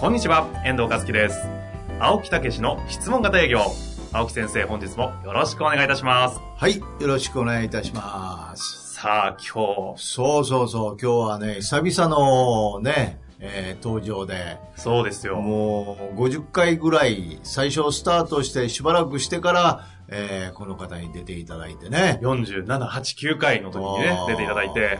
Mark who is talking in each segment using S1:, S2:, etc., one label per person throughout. S1: こんにちは、遠藤和樹です。青木武の質問型営業。青木先生、本日もよろしくお願いいたします。
S2: はい、よろしくお願いいたします。
S1: さあ、今日、
S2: そうそうそう、今日はね、久々のね、えー登場で、
S1: そうですよ。
S2: もう50回ぐらい、最初スタートしてしばらくしてから、えーこの方に出ていただいてね。
S1: 47、8、9回の時にね
S2: あ、ー
S1: 出ていただいて、。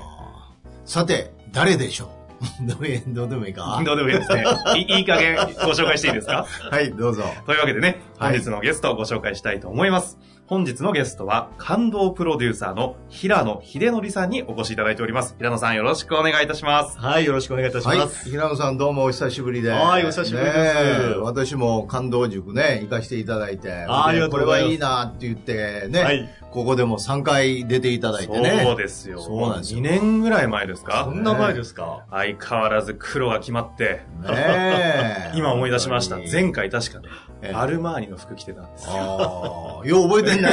S2: さて、誰でしょう どうでどうでもいいか
S1: どうでもいいです ね。いいい加減ご紹介していいですか
S2: はい、どうぞ。
S1: というわけでね、本
S2: はい
S1: 日のゲストをご紹介したいと思います。本日のゲストは、感動プロデューサーの平野秀則さんにお越しいただいております。平野さん、よろしくお願いいたします。
S3: はい、よろしくお願いいたし
S2: はい
S3: ます。、
S2: 平野さんどうもお久しぶりで。
S3: はいお久しぶりです
S2: ねえ私も感動塾ね、行かせていただいて。
S3: あーありがとうござい
S2: これ
S3: ます
S2: はいいなって言ってね、
S3: はい
S2: ここでも3回出ていただいてね。
S1: そうですよ。
S2: そうなんですよ
S1: 2年ぐらい前です
S3: こ
S1: か
S3: んな前ですか
S1: 相変わらず黒が決まって、
S2: ねえ
S1: 今思い出しました。前回確かね、
S2: ええ
S1: アルマーニの服着てたんですよ。
S2: ああ、よう覚えて んね。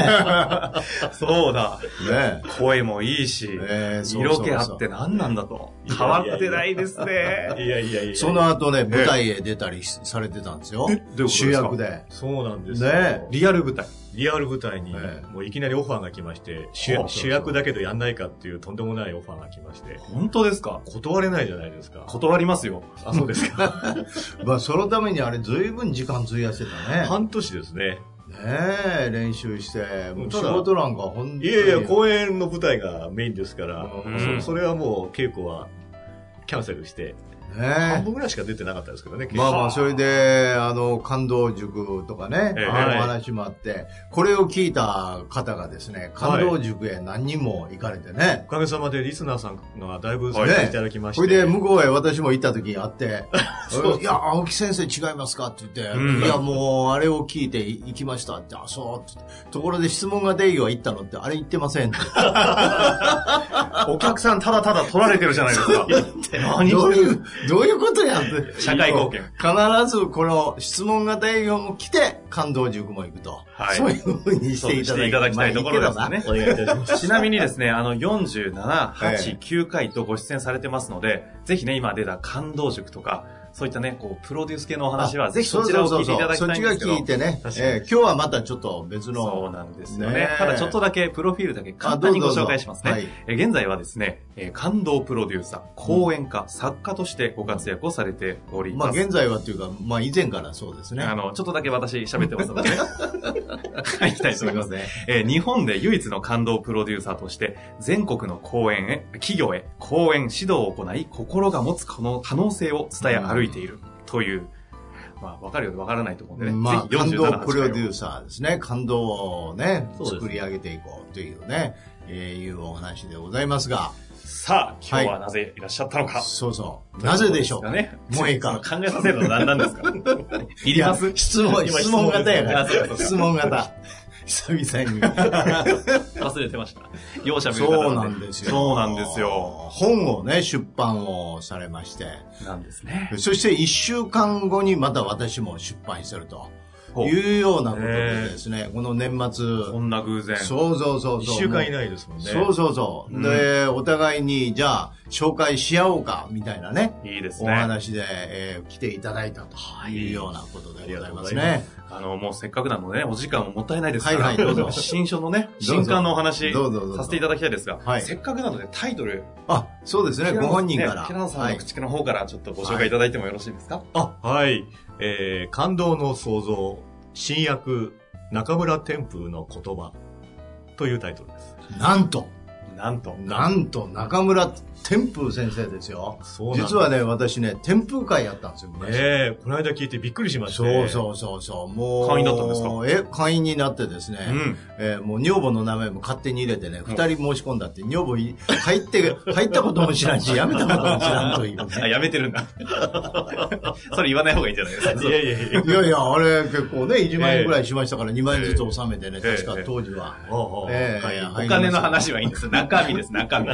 S1: そうだ。
S2: ね
S1: 声もいいし、
S2: ええそうそう
S1: 色
S2: そう
S1: 気あって何なんだと。変わってないですね。
S3: いやいやいや。
S2: その後ね、舞台へ出たりしされてたんですよ。
S1: どういうことですか
S2: 主役で。
S3: そうなんですよ
S2: ね
S1: リアル舞台。
S3: リアル舞台に、
S2: ええ
S3: もういきなりオファーが来まして、主
S1: そうそう
S3: 役主役だけどやんないかっていうとんでもないオファーが来まして、
S1: 本当ですか
S3: 断れないじゃないですか。
S1: 断りますよ。
S3: あ、そうですか。
S2: まあ、そのためにあれ、ずいぶん時間費やしてたね。
S3: 半年ですね。
S2: ねえ、練習して。もう仕
S3: ただ
S2: 事なんかほん
S3: いやいや、公演の舞台がメインですから、
S1: うん
S3: そそれはもう稽古はキャンセルして、
S2: ねえ
S3: 半分ぐらいしか出てなかったですけどね、稽
S2: まあ
S3: 古
S2: まあ、それで、あの、感動塾とかね、
S1: ええ
S2: あの話もあって、これを聞いた方がですね、感動塾へ何人も行かれてね
S3: お、かげさまでリスナーさんがだいぶ
S1: は
S3: 参
S1: い
S3: 加いただきまして、
S2: それで向こうへ私も行った時あ って、
S3: そう
S2: いや、青木先生違いますかって言って、
S1: うん
S2: いや、もうあれを聞いて行きましたって、あ、そうって言ってところで質問が出るよ行ったのって、あれ行ってませんって。
S1: お客さんただただ取られてるじゃないですか。 何
S2: ど
S1: して
S2: うい
S1: る
S2: う、どういうことやって。
S1: 社会貢献。
S2: 必ずこの質問型営業も来て、感動塾も行くと。
S1: はい
S2: そういうふうにしていた
S1: そう
S2: だ
S1: していただきたいところですね
S2: まあいいけどな
S3: お願いい たします。
S1: ちなみにですね、あの、47、
S2: え
S1: 8、9回とご出演されてますので、ぜひね、今出た感動塾とか、そういったね、こう、プロデュース系のお話は、ぜひそちらを聞いていただきたいんですけど。
S2: そうそうそうそっちが聞いてね。え
S3: 確かに
S2: ー今日はまたちょっと別の。
S1: そうなんですよね。
S2: ねえ
S1: ただちょっとだけプロフィールだけ簡単に
S2: あど
S1: ご
S2: うぞど
S1: 紹
S2: うぞ
S1: 介しますね。
S2: はい
S1: えー現在はですね、えー感動プロデューサー、講演家、作家としてご活躍をされており
S2: まあ
S1: ます。
S2: 現在はっていうか、まあ以前からそうですね。
S1: あの、ちょっとだけ私喋ってますので ね。はい、行きたいと
S2: す
S1: 思
S2: み
S1: いま。
S2: ますせん。
S1: えー日本で唯一の感動プロデューサーとして、全国の公演へ、企業へ、講演、指導を行い、心が持つこの可能性を伝え歩いているという、まあ、わかるようでわからないと思うんでね。
S2: まあ、
S1: ぜひ
S2: 感
S1: 47
S2: 動プロデュー
S1: ー
S2: サーですね。感動をね、
S3: そうですね
S2: 作り上げていこうというね、えーいうお話でございますが、
S1: さあ、今日はなぜいらっしゃったのか。
S2: そうそう。なぜでしょう
S1: そうですよね
S2: もういいか。
S1: 考えさせるの何なんですか いります
S2: 質問、
S1: 今
S2: 質問型やか
S1: あそう
S2: ら。
S1: か
S2: 質問型。久々に。
S1: 忘れてました。容赦無用
S2: そうなんですよ。
S1: そうなんですよ。
S2: 本をね、出版をされまして、
S1: なんですね。
S2: そして一週間後にまた私も出版してると
S1: ほう
S2: いうようなことでですね、この年末、
S1: こんな偶然。
S2: そうそうそうそう。
S3: 一週間以内ですもんね。
S2: そうそうそう。
S1: うん
S2: で、お互いに、じゃあ、紹介し合おうか、みたいなね、
S1: いいです
S2: お
S1: ね。
S2: 話で、えー来ていただいたというようなことでございます
S3: はいあ
S2: ね。
S1: あの、もうせっかくなのでね、お時間ももったいないですから、
S2: はいはいどうぞ
S1: 新書のね、
S2: どうぞ
S1: 新刊のお話
S2: どうぞどうぞ
S1: させていただきたいですが、
S2: はい
S1: せっかくなのでタイトル、
S2: あ、そうですね、
S1: 平
S2: ご
S1: 野
S2: 本人から。
S1: ね平野さん
S2: は
S1: の
S2: い。
S1: 口の方からちょっとご紹介いただいてもよろしいですか、
S3: あ、はい。えー、感動の創造、新約、中村天風の言葉というタイトルです。
S2: なんと、
S1: なんと。
S2: なんと中村天風先生ですよ。
S3: そうなんだ
S2: 実はね、私ね、天風会やったんですよ、昔。
S3: ねえ、この間聞いてびっくりしました、
S2: そう
S3: う。
S2: そうそうそう、もう。
S1: 会員だったんですか
S2: え、会員になってですね、
S1: うん
S2: えーもう女房の名前も勝手に入れてね、二人申し込んだって、女房い入って、入ったことも知ら んし、やめたことも知らんという
S1: あ、
S2: ね。
S1: やめてるんだ。 それ言わない方がいいんじゃないですか。
S3: いやいやいや。
S2: いやいや、あれ結構ね、1万円ぐらいしましたから、2万円ずつ納めてね、
S1: ええ
S2: 確か当時は。
S3: おうおう
S2: ええ
S3: はい
S1: お金の話はいいんです。中身です、 中身。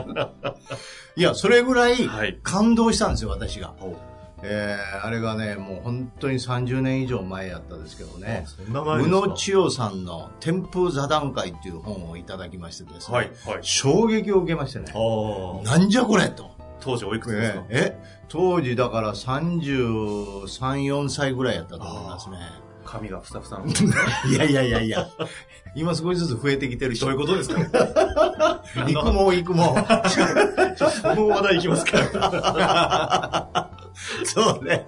S2: いや、それぐら
S1: はい
S2: い感動したんですよ、私が。
S1: お
S2: えーあれがね、もう本当に30年以上前やったですけどね。
S3: そんな前で
S2: 宇
S3: すか
S2: 野千代さんの天風座談会っていう本をいただきましてですね、
S1: はい、はい。
S2: 衝撃を受けましてね、
S3: おう
S2: なんじゃこれと。
S1: 当時おいくつです
S2: え
S1: か
S2: え当時だから33、4歳ぐらいやったと思いますね。
S1: 髪がふさふさの。
S2: いやいやいやいや、今少しずつ増えてきてるし
S1: どういうことです か
S2: 育毛育毛。
S3: この話題いきますか。
S2: そうね。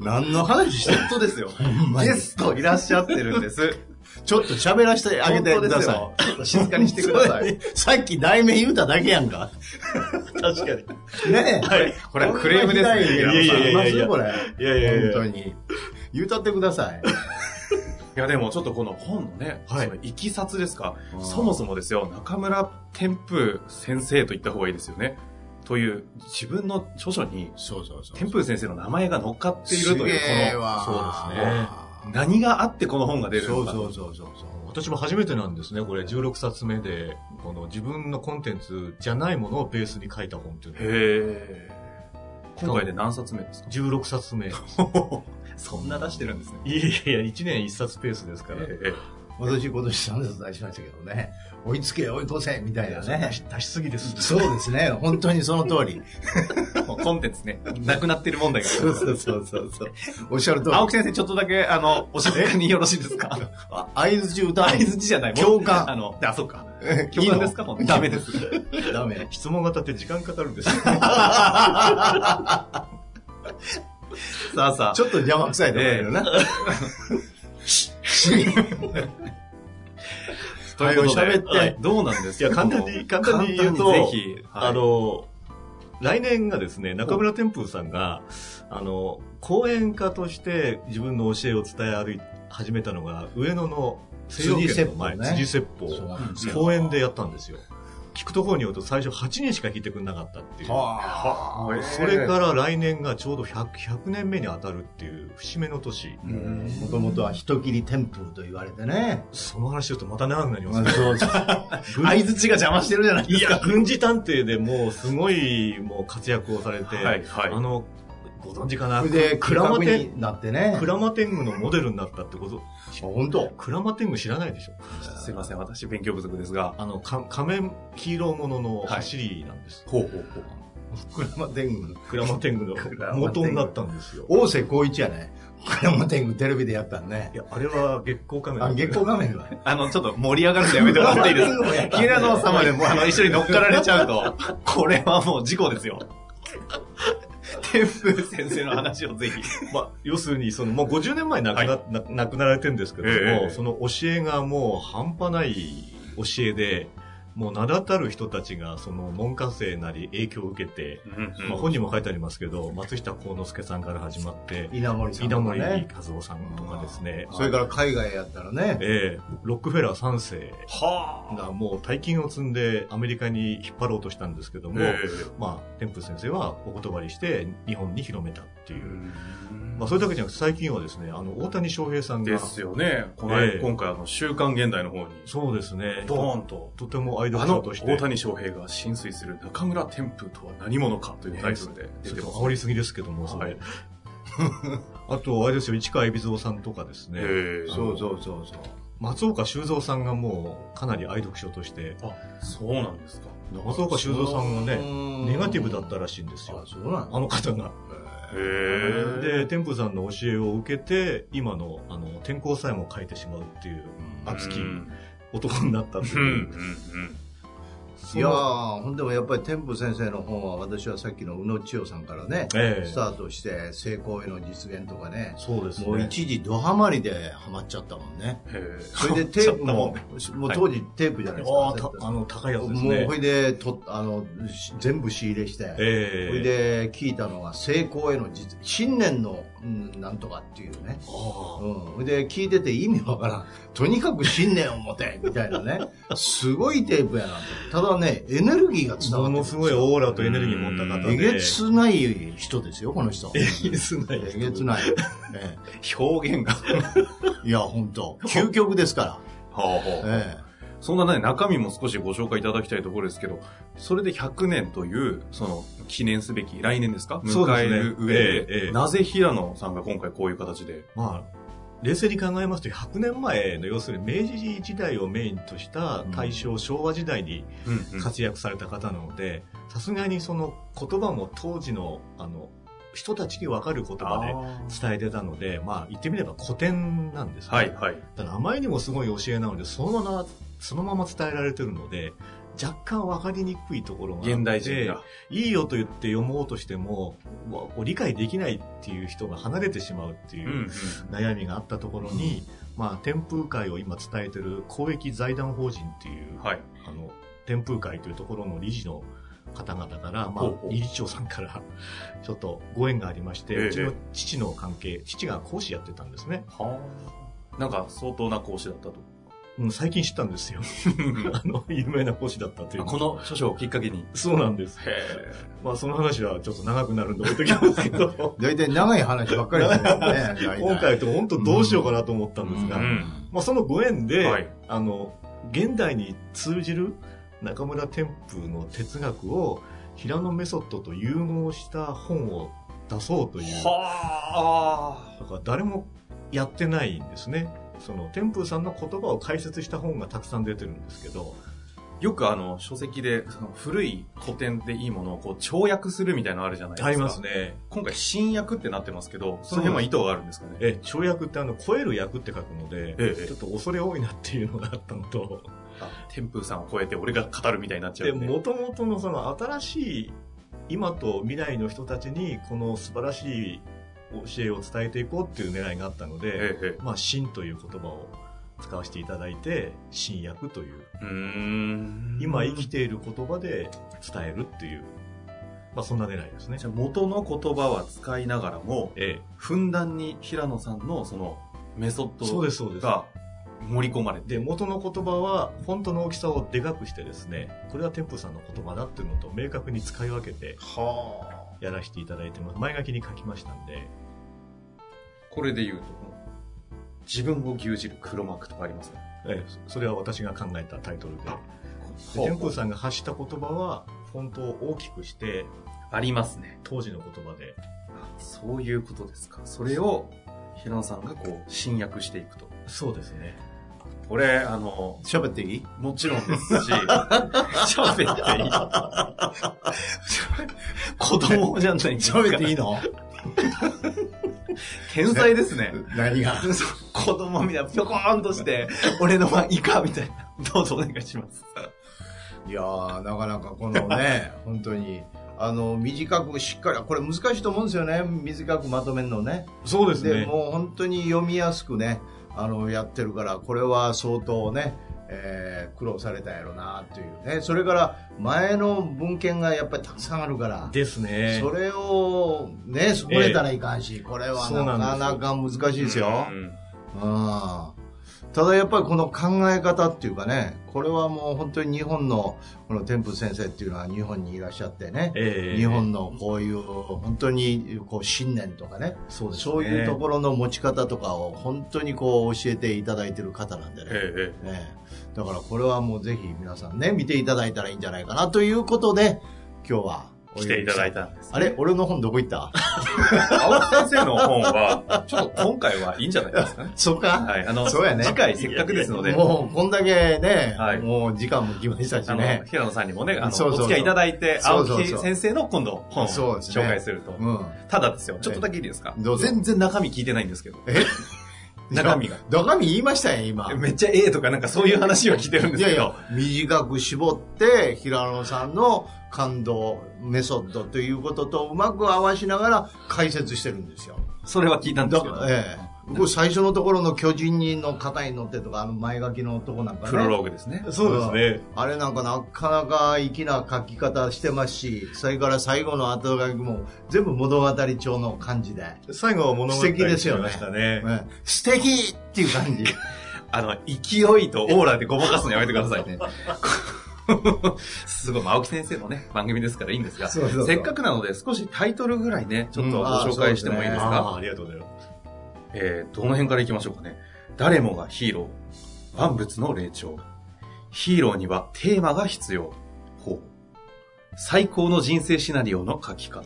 S2: 何の話してん
S1: 本当ですよ。
S2: の
S1: ゲストいらっしゃってるんです。
S2: ちょっと喋らせてあげてくださ
S1: 本当ですよ静
S2: い。
S1: かにしてく ださい。
S2: い。さっき題名言うただけやんか。
S3: 確かに。
S2: ねえ。
S3: はい。
S1: これはクレームですね。
S2: い
S3: や
S2: や
S3: い
S2: い
S3: や
S2: や
S3: い
S2: い
S3: や
S2: や
S3: い
S2: い
S3: や
S2: や。これ。
S3: いやいやいや
S2: 本当に。言うたってください。
S1: いやでもちょっとこの本のね、
S3: はい
S1: そのいきさつですか、
S2: うん
S1: そもそもですよ、中村天風先生と言った方がいいですよね。という、自分の著書に、
S2: そうそうそう。
S1: 天風先生の名前が乗っかってい
S2: す
S1: ると
S2: げ
S1: いう、
S2: え
S1: こ
S2: わ。
S3: そうですね
S1: の、何があってこの本が出る
S2: そ
S1: の
S2: う
S1: か。
S2: そうそうそうそう。
S3: 私も初めてなんですね、これ16冊目で、この自分のコンテンツじゃないものをベースに書いた本っていうのが
S1: へー今回で何冊目ですか
S3: 16冊目。い
S1: そんな出してるんですね。
S3: やいやいや、1年1冊ペースですから。
S1: え
S2: 私今年3冊出しましたけどね。追いつけ、追い越せ、みたいなね
S3: 出。し出しすぎです。
S2: そうですね。本当にその通り。
S1: えもうコンテンツね、なくなってる問題があ
S2: そうそうそうそうそう。おっしゃる通り。
S1: 青木先生、ちょっとだけ、あの、おしゃべりによろしい ですか
S2: あ、合図中歌わ
S1: 合
S2: ない
S1: 図じゃない。
S2: 共感
S1: あの、あ、そうか。
S2: え
S1: 共感ですかもうダメ です。
S2: ダメ。
S3: 質問型って時間かかるんですよ。
S1: さあさあ
S2: ち。ょっと邪魔くさいとこあるよな。
S1: ということで、
S3: はい喋って
S1: はいどうなんです
S3: い
S1: か
S3: や、簡単に、簡単に言うと、
S1: 簡単にぜひ、はい
S3: あ、の、来年がですね、中村天風さんが、あの、講演家として自分の教えを伝え歩い、始めたのが、上野の西洋圏の前、
S2: 辻
S3: 辻説法,、
S2: そうなんですよ
S3: 講演でやったんですよ。聞くところによると最初8人しか聞いてくれなかったっていう。
S2: はあ。
S3: それから来年がちょうど 100, 100年目に当たるっていう節目の年。
S1: うん
S2: もともとは人切り天風と言われてね。
S3: その話するとまた長くなります
S2: まあ
S3: ね。
S2: そうそう。
S3: 軍
S2: 相槌が邪魔してるじゃないで
S3: い
S2: すか。
S3: や、軍事探偵でもうすごいもう活躍をされて、
S1: はい、はい。
S3: あの、ご存知かな
S2: それで、
S3: ク
S2: ク
S3: ラ
S2: ラ
S3: マ
S2: マ
S3: テ
S2: になってね。
S3: クラマテングのモデルになったってこと、
S2: 本当。
S3: クラマテング知らないでしょ
S1: すいません、私、勉強不足ですが。
S3: あの、か仮面黄色ものの走りなんです。
S1: ほうほうほう。
S2: クラマ天狗。
S3: クラマテングの
S2: ラマテング
S3: 元になったんですよ。
S2: 大瀬光一やね。クラマ天狗テレビでやったんね
S3: い。や、あれは月光仮面
S2: あ、月光画面が。
S1: あの、ちょっと盛り上がるのやめてもらっていい ですか平野様でも、あの、一緒に乗っかられちゃう と、これはもう事故です よ。天風先生の話をぜひ。
S3: まあ、要するに、その、もう50年前亡くな、な亡くなられてるんですけども、
S1: ええ
S3: その教えがもう半端ない教えで、もう名だたる人たちが、その、門下生なり影響を受けて、まあ、本人も書いてありますけど、松下幸之助さんから始まって、
S2: 稲森さん
S3: 稲
S2: とか
S3: 森
S2: ね。
S3: 和夫さんとかですね、
S2: それから海外やったらね。
S3: ええロックフェラー3世
S1: は
S3: がもう大金を積んでアメリカに引っ張ろうとしたんですけども、まあ、天風先生はお断りして日本に広めたっていう。まあ、それだけじゃなくて最近はですね、あの、大谷翔平さん
S1: で
S3: が、
S1: すよね。この間、
S3: ええ
S1: 今回、あの、週刊現代の方に、
S3: そうですね、
S1: ドー
S3: と
S1: ンと、
S3: とてもアイド
S1: あ
S3: ル
S1: の、
S3: 賞として、
S1: 大谷翔平が浸水する中村天風とは何者かというタイトルで
S3: ち
S1: 出
S3: ょってと
S1: ます。
S3: 煽りすぎですけども、それ。
S1: はい
S3: あと、あれですよ、市川海老蔵さんとかですね、
S1: ええ
S2: そうそうそうそう。
S3: 松岡修造さんがもうかなり愛読書として、
S1: あ、そうなんですか。
S3: 松岡修造さんがね、
S2: ね
S3: ネガティブだったらしいんです
S2: あ
S3: よ、。
S2: そうなん
S3: あの方が。
S1: へ
S3: で、天風さんの教えを受けて、今の、あの、天候さえも変えてしまうっていう、熱き
S1: うん
S3: 男になったって
S1: う
S3: い
S1: ん
S3: う。
S1: うん
S2: いやーほんでもやっぱり天賦先生の本は私はさっきの宇野千代さんからね、
S3: ええ
S2: スタートして成功への実現とかね
S3: そうですね
S2: もう一時ドハマりでハマっちゃったもんね
S1: へ
S2: それで テープももう当時テープじゃないですか、
S3: ああたあの高いやつです
S2: も
S3: ね
S2: うほいでとあのし全部仕入れして、
S3: ええ
S2: ほいで聞いたのが成功への実信念の、うん、なんとかっていうね
S3: あ
S2: うん、ほいで聞いてて意味わからんとにかく信念を持てみたいなねすごいテープやなただねエネルギーが
S3: あ
S2: 伝わ
S3: も
S2: って
S3: のすごいオーラとエネルギー持った方
S2: え
S3: で
S2: げつない人ですよこの人え
S3: えげつないです
S2: げつない、え
S1: ー表現が。
S2: えいや本当究極ですか
S1: ほうほう
S2: ら、え
S1: そんなね、中身も少しご紹介いただきたいところですけど、それで100年という、その、記念すべき、来年ですか
S3: そう
S1: 迎え
S3: ですね
S1: る上で、
S3: ええええ
S1: なぜ平野さんが今回こういう形で、
S3: まあ、冷静に考えますと、100年前の要するに明治時代をメインとした大正、昭和時代に活躍された方なので、さすがにその言葉も当時のあの人たちに分かる言葉で
S1: あ
S3: 伝えてたので、まあ言ってみれば古典なんです
S1: ー
S3: ね。
S1: はい、はい。
S3: ただ名前にもすごい教えなので、そのまま、そのまま伝えられてるので、若干分かりにくいところがあって。
S1: 現代人が。
S3: いいよと言って読もうとしても、わ理解できないっていう人が離れてしまうっていう
S1: うんうん
S3: 悩みがあったところに、まあ、天風会を今伝えてる公益財団法人っていう、
S1: はい。
S3: あの、天風会というところの理事の方々から、まあ
S1: ほうほ、う
S3: 理事長さんから、 ちょっとご縁がありまして、
S1: ええ
S3: うちの父の関係、父が講師やってたんですね。
S1: なんか、相当な講師だっ たと。
S3: うん、最近知ったんですよ。 あの、有名な講師だったという。
S1: この著書をきっかけに。
S3: そうなんです。
S1: へ
S3: まあ、その話はちょっと長くなるんで置いときますけ ど。
S2: え大体長い話ばっかりですよね大体
S3: 今回と本当どうしようかなと思ったんですが、
S1: うん
S3: まあ、そのご縁で、
S1: はい
S3: あの現代に通じる中村天風の哲学を平野メソッドと融合した本を出そうという
S1: ーは
S3: だから誰もやってないんですねその天風さんの言葉を解説した本がたくさん出てるんですけど
S1: ーよくあの、書籍で、その古い古典でいいものをこう、超訳するみたいなのあるじゃないですか。
S3: あります。ね
S1: 今回、新訳ってなってますけど、その辺は意図があるんですかね。
S3: え跳躍ってあの超える役って書くので、
S1: ええ
S3: ちょっと恐れ多いなっていうのがあったのと
S1: あ天風さんを超えて俺が語るみたいになっちゃ
S3: で
S1: うんで。
S3: もともとのその新しい今と未来の人たちにこの素晴らしい教えを伝えていこうっていう狙いがあったので、
S1: えええ
S3: まあ「真」という言葉を使わせていただいて「新訳」という
S1: えうーん
S3: 今生きている言葉で伝えるっていう、まあ、そんな狙いですね
S1: じ。ゃあ元の言葉は使いながらも、
S3: え
S1: ふんだんに平野さんのそのメソ
S3: え、そう
S1: ッ
S3: ですそう
S1: ド
S3: です。
S1: が盛り込まれて。
S3: で元の言葉はフォントの大きさをでかくしてですねこれは天風さんの言葉だっていうのと明確に使い分けて
S2: は
S3: やらせていただいてます前書きに書きましたんで
S1: これで言うと、自分を牛耳る黒幕とかありますね。
S3: ええ、そそれは私が考えたタイトルでで天風さんが発した言葉はフォントを大きくして
S1: ありますね。
S3: 当時の言葉で
S1: そういうことですか。それを平野さんがこう、新訳していくと。
S3: そうですね
S1: これ、あの、
S2: あ喋っていい
S1: もちろんです し、喋っていい。
S2: 子供じゃない喋っていい の
S1: 天才ですね。
S2: 何が
S1: 子供みたいな、ぴょこーんとして、俺の番いいかみたいな。どうぞお願いします。
S2: いやー、なかなかこの ね、本当に、あの、短くしっかり、これ難しいと思うんですよね、短くまとめるのね。
S3: そうです
S2: で
S3: ね
S2: もう本当に読みやすくね、あの、やってるから、これは相当ね、えー苦労されたやろなというね。それから、前の文献がやっぱりたくさんあるから、
S3: ですね
S2: それをね、優れたらいかんし、これは
S3: そうなんです
S2: なか
S3: よ
S2: なか難しいですよ。うんただやっぱりこの考え方っていうかね、これはもう本当に日本の、この天風先生っていうのは日本にいらっしゃってね、
S3: ええ
S2: 日本のこういう本当にこう信念とかね、
S3: そうですね
S2: そういうところの持ち方とかを本当にこう教えていただいてる方なんでね。
S1: え
S2: ねだからこれはもうぜひ皆さんね、見ていただいたらいいんじゃないかなということで、今日はお呼
S1: 来
S2: びして
S1: いただいたんです。
S2: あれ俺の本どこ行った
S1: 青木先生の本は、ちょっと今回はいいんじゃないですかね。
S2: そうか、
S1: はい。あの、
S2: そうやね
S1: 次回せっかくですので、
S2: もうこんだけね、
S1: はい
S2: もう時間も来ましたし
S1: あの、
S2: ね。
S1: 平野さんにもね、あの、
S2: そうそうそう
S1: お付き合いいただいて、
S2: そ
S1: 青
S2: うそうそう
S1: 木先生の今度本を
S2: そ
S1: 紹
S2: うですね
S1: 介すると。
S2: うん。
S1: ただですよ、ちょっとだけいいですか
S2: どうぞ
S1: 全然中身聞いてないんですけど。
S2: え
S1: 中身が。
S2: 中身言いましたよ、今。
S1: めっちゃ A とかなんかそういう話は聞いてるんで
S2: い
S1: す
S2: や
S1: け
S2: い
S1: ど。
S2: や、短く絞って、平野さんの感動、メソッドということとうまく合わしながら解説してるんですよ。
S1: それは聞いたんで
S2: だ
S1: すけ
S2: か
S1: ど。
S2: ら、ええ。僕最初のところの巨人にの肩に乗ってとか、あの前書きのとこなんかね。
S1: プロローグですね。
S3: そうですね。
S2: あれなんかなかなか粋な書き方してますし、それから最後の後書きも全部物語調の感じで。
S3: 最後は物語
S2: 素敵ですよ
S3: に
S2: ね
S3: なりましたね。
S2: ね素敵っていう感じ。
S1: あの、勢いとオーラでごまかすのやめてくださいね。 すごい、まあ青木先生のね、番組ですからいいんですが、
S2: そうそうそう
S1: せっかくなので少しタイトルぐらいね、ちょっとご
S2: うんあー
S1: 紹介してもいいです
S3: ああ
S1: か、
S3: ありがとうございます。
S1: えー、どの辺からいきましょうかね。誰もがヒーロー。万物の霊長。ヒーローにはテーマが必要。ほう。最高の人生シナリオの書き方。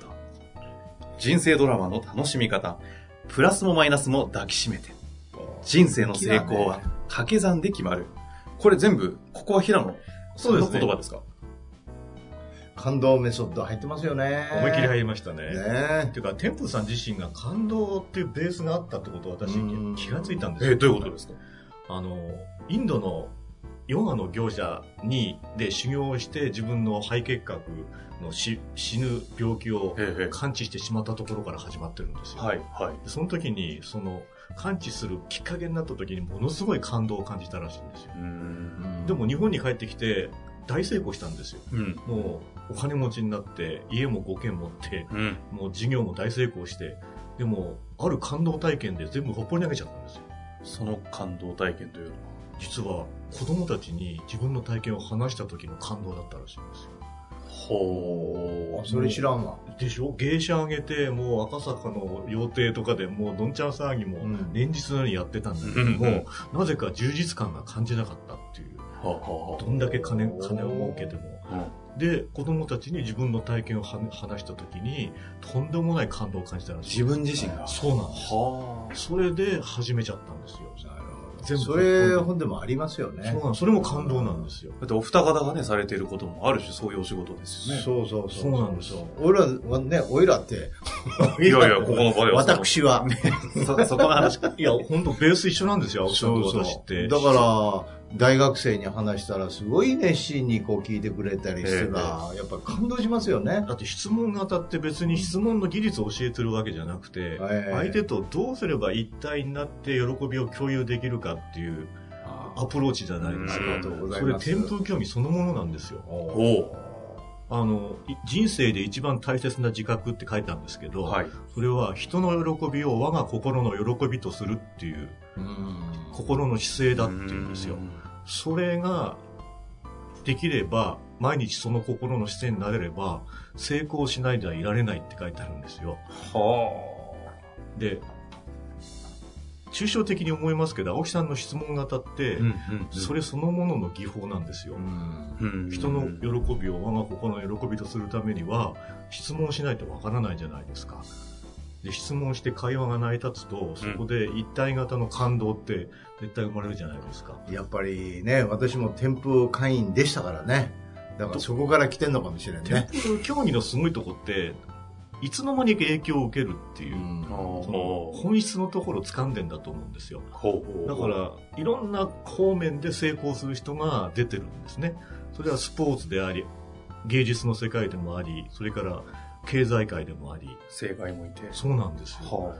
S1: 人生ドラマの楽しみ方。プラスもマイナスも抱きしめて。人生の成功は掛け算で決まる。これ全部、ここは平野
S3: そうですね
S1: の言葉ですか
S2: 感動メソッド入ってますよね。
S3: 思いっきり入
S2: っ
S3: りましたね。
S2: ねえ
S3: っていうか、テンプさん自身が感動っていうベースがあったってことを私
S2: うん
S3: 気がついたんです
S1: え
S3: よ。
S1: どういうことですか
S3: あの、インドのヨガの行者に、で修行をして自分の肺結核のし死ぬ病気を
S1: ええ
S3: 感知してしまったところから始まってるんですよ。
S1: はい、はい。
S3: でその時に、その、感知するきっかけになった時にものすごい感動を感じたらしいんですよ。
S1: うん。
S3: でも日本に帰ってきて大成功したんですよ。
S1: うん。
S3: もうお金持ちになって、家も5軒持って、
S1: うん。
S3: もう事業も大成功して、でも、ある感動体験で全部ほっぽり投げちゃったんですよ。
S1: その感動体験というのは
S3: 実は、子供たちに自分の体験を話した時の感動だったらしいんですよ。
S1: ほ
S2: あそれ知らんわ。
S3: でしょ芸者あげて、もう赤坂の料亭とかでもうどんちゃん騒ぎ
S2: う
S3: も
S2: ん
S3: 連日のようにやってたんだけど
S1: うんうん
S3: も、なぜか充実感が感じなかったっていう。
S1: う。はあは
S3: どんだけ金、金を儲けても。
S1: あは
S3: で、子供たちに自分の体験をは話した時に、とんでもない感動を感じたらしい。
S1: 自分自身が。
S3: そうなんで
S1: は
S3: す。それで始めちゃったんですよ。全部
S2: それ本でもありますよね
S3: そう。なんそれも感動なんですよ。
S1: だってお二方がね、されていることもある種そういうお仕事ですよね。
S2: そうそう
S3: そうなんですよ。
S2: 俺らはね、おいらって、
S1: いやいや、ここの場では。
S2: 私は。
S1: そ、 そこの話。
S3: いや、本当ベース一緒なんですよ、青木さん
S2: そ
S3: と
S2: う
S3: 私
S2: そ
S3: って。
S2: う。だから、大学生に話したら、すごい熱心にこう聞いてくれたりしてた。やっぱ感動しますよね。
S3: だって質問が当たって別に質問の技術を教えてるわけじゃなく
S2: え
S3: て、
S2: え
S3: 相手とどうすれば一体になって喜びを共有できるかっていうアプローチじゃないです
S2: あ
S3: か。
S2: りがとうござい
S3: それ、
S2: ます。
S3: 天風興味そのものなんですよ。
S2: お
S1: おう
S3: あの、い人生で一番大切な自覚って書いたんですけど、
S1: はい。
S3: それは人の喜びを我が心の喜びとするっていう、心の姿勢だっていうんですよ。それができれば、毎日その心の姿勢になれれば、成功しないではいられないって書いてあるんですよ。
S1: は
S3: で、抽象的に思いますけど、青木さんの質問が当たっ
S1: あ。
S3: て、
S1: うん
S3: それそのものの技法なんですよ。
S1: うん
S3: 人の喜びを我が心の喜びとするためには、質問しないとわからないじゃないですか。で、質問して会話が成り立つと、そこで一体型の感動って絶対生まれるじゃないですか。
S2: やっぱりね、私も天風会員でしたからね。だからそこから来てんのかもしれん
S3: テン
S2: ね。
S3: プ競技のすごいとこって、いつの間にか影響を受けるっていうう、
S2: ん
S3: その
S1: ほう。
S3: 本質のところを掴んでんだと思うんですよ。
S1: ほう。
S3: だか、ら、いろんな方面で成功する人が出てるんですね。それはスポーツであり、芸術の世界でもあり、それから経済界でもあり、
S1: 正解もいて。
S3: そうなんですよ。
S1: は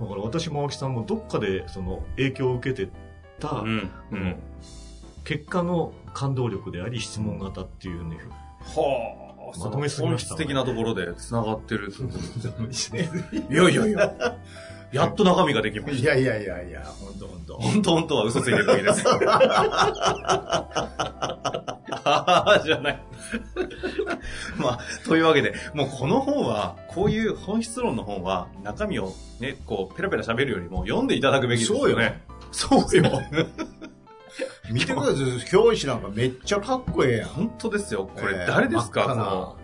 S3: だから私も青木さんもどっかでその影響を受けて
S1: あ。
S3: た
S1: ん。うん。
S3: 結果の感動力であり、質問型っていうね、
S1: はあ。
S3: まとめすぎました
S1: 本質
S3: ね
S1: 的なところで繋がってる。 いやいやいや。やっと中身ができま
S2: い
S1: した。
S2: やいやいやいや、ほんとほん と。
S1: 本当本当は嘘ついてるだけです。ああ、 じゃない。まあ、というわけで、もうこの本は、こういう本質論の本は、中身をね、こう、ペラペラ喋るよりも読んでいただくべきですよね。そうよ。
S2: 見てください、教師なんかめっちゃかっこええやん。
S1: 本当ですよ。これ
S2: えー
S1: 誰ですか、
S2: 真
S1: こ
S2: っ赤な
S1: の、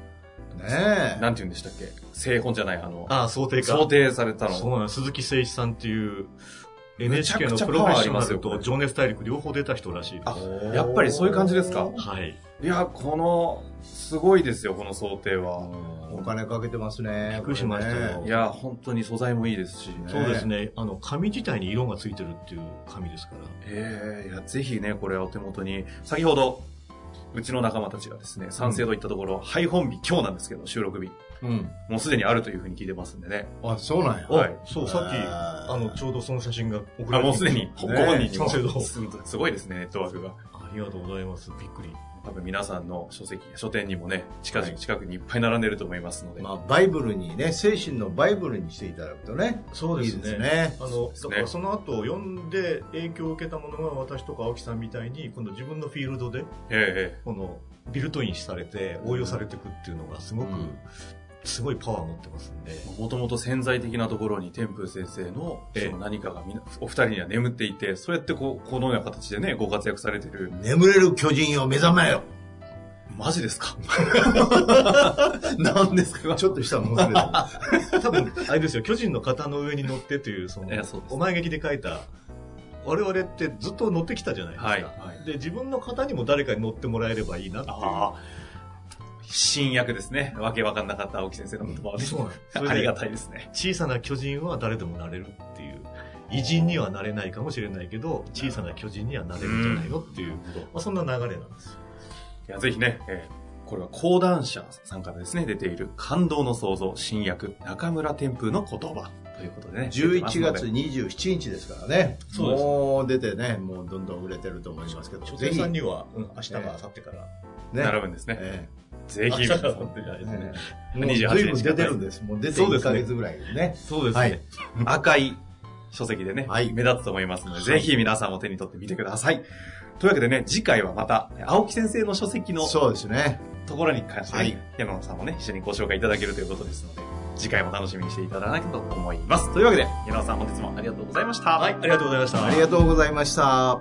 S2: ねえ。
S1: なんて言うんでしたっけ製本じゃない、あの、
S3: ああ、想定か。
S1: 想定された
S3: そう
S1: の。
S3: なんです鈴木誠一さんっていう
S1: めちゃ
S3: NHK
S1: く
S3: の
S1: ちゃ
S3: プ
S1: パ
S3: ロフ
S1: ワ
S3: ェ
S1: ー
S3: ッ
S1: あ
S3: シ
S1: り
S3: ョナ
S1: ますよ
S3: ルと情熱大陸両方出た人らしいです。
S1: あやっぱりそういう感じですか
S3: はい。
S1: いや、この、すごいですよ、この想定は。
S2: お金かけてますね。
S3: びっくりしましたよ
S2: こ
S1: いや、本当に素材もいいですし、ね。
S3: そうですね。あの、紙自体に色がついてるっていう紙ですから。
S1: ええいや、ぜひね、これはお手元に、先ほど、うちの仲間たちがですね、賛成と言ったところ、配本日、今日なんですけど、収録日、
S2: れね。
S1: もうすでにあるというふうに聞いてますんでね。
S2: うん。あ、そうなんや。
S1: はい。
S3: そう、さっき、
S2: へー
S3: あの、ちょうどその写真が送
S1: あ
S3: られてき
S1: もう
S3: て
S1: すでに、ご本人にも、
S3: 賛成度
S1: すすごいですね、ネットワークが。
S3: ありがとうございます。びっくり。
S1: 多分皆さんの書籍、書店にもね、近々
S2: はい
S1: 近くにいっぱい並んでると思いますので。
S2: まあ、バイブルにね、精神のバイブルにしていただくとね、
S3: そ
S2: いいです。ね。
S3: あの、
S1: す
S3: だ
S1: ね
S3: からその後読んで影響を受けたものが私とか青木さんみたいに、今度自分のフィールドで、
S1: え
S3: この、ビルトインされて、応用されていくっていうのがすごく、
S2: うん
S3: すごいパワー持ってますんで。
S1: えもともと潜在的なところに天風先生の
S3: ええ
S1: その何かがみなお二人には眠っていて、そうやってこう、このような形でね、ご活躍されてる。
S2: 眠れる巨人を目覚めよ。
S1: マジですか何ですか
S2: ちょっとしたもんですけど
S3: 多分、あれですよ、巨人の型の上に乗ってという、その
S1: ええそうで、す
S3: お前劇で書いた、我々ってずっと乗ってきたじゃないですか。
S1: はい。はい、
S3: で、自分の型にも誰かに乗ってもらえればいいなっていう。
S1: ああ。新薬ですね。わけわかんなかった青木先生の言葉はね。
S3: そうなんです。
S1: ありが
S3: い。
S1: たいですね。
S3: 小さな巨人は誰でもなれるっていう。偉人にはなれないかもしれないけど、小さな巨人にはなれるんじゃないのっていう、まあ、そんな流れなんですよ。
S1: いや、ぜひね、えーこれは講談社さんからですね、出ている感動の創造、新薬、中村天風の言葉ということでね。
S2: 11月
S1: 出てますので
S2: 27日ですからね。
S3: そうです
S2: もう出てね、もうどんどん売れてると思いますけど、
S3: 書
S2: ぜ
S3: 店
S2: ひ
S3: さん
S2: ね。
S3: には、うん、明日か明後日から。
S1: 並ぶんですね。
S2: え
S1: ぜ
S3: 明
S1: ひ
S3: 日か明後日じゃない
S2: え
S3: ですね。
S2: ねえもう
S1: 28
S2: 随分出てるんです。もう出て
S3: そうで
S2: 1
S3: すね
S2: ヶ月ぐらいですね。
S3: そうですね。
S2: はい。
S1: 赤い書籍でね、
S2: はい
S1: 目立つと思いますので、
S2: はい
S1: ぜひ皆さんも手に取ってみてください。というわけでね、次回はまた、青木先生の書籍の
S2: そうですね。
S1: ところに関して、ね
S2: はい
S1: 山野さんもね、一緒にご紹介いただけるということですので、次回も楽しみにしていただかなきゃと思います。というわけで、山野さん本日もありがとうございました。
S3: はい、ありがとうございました。
S2: ありがとうございました。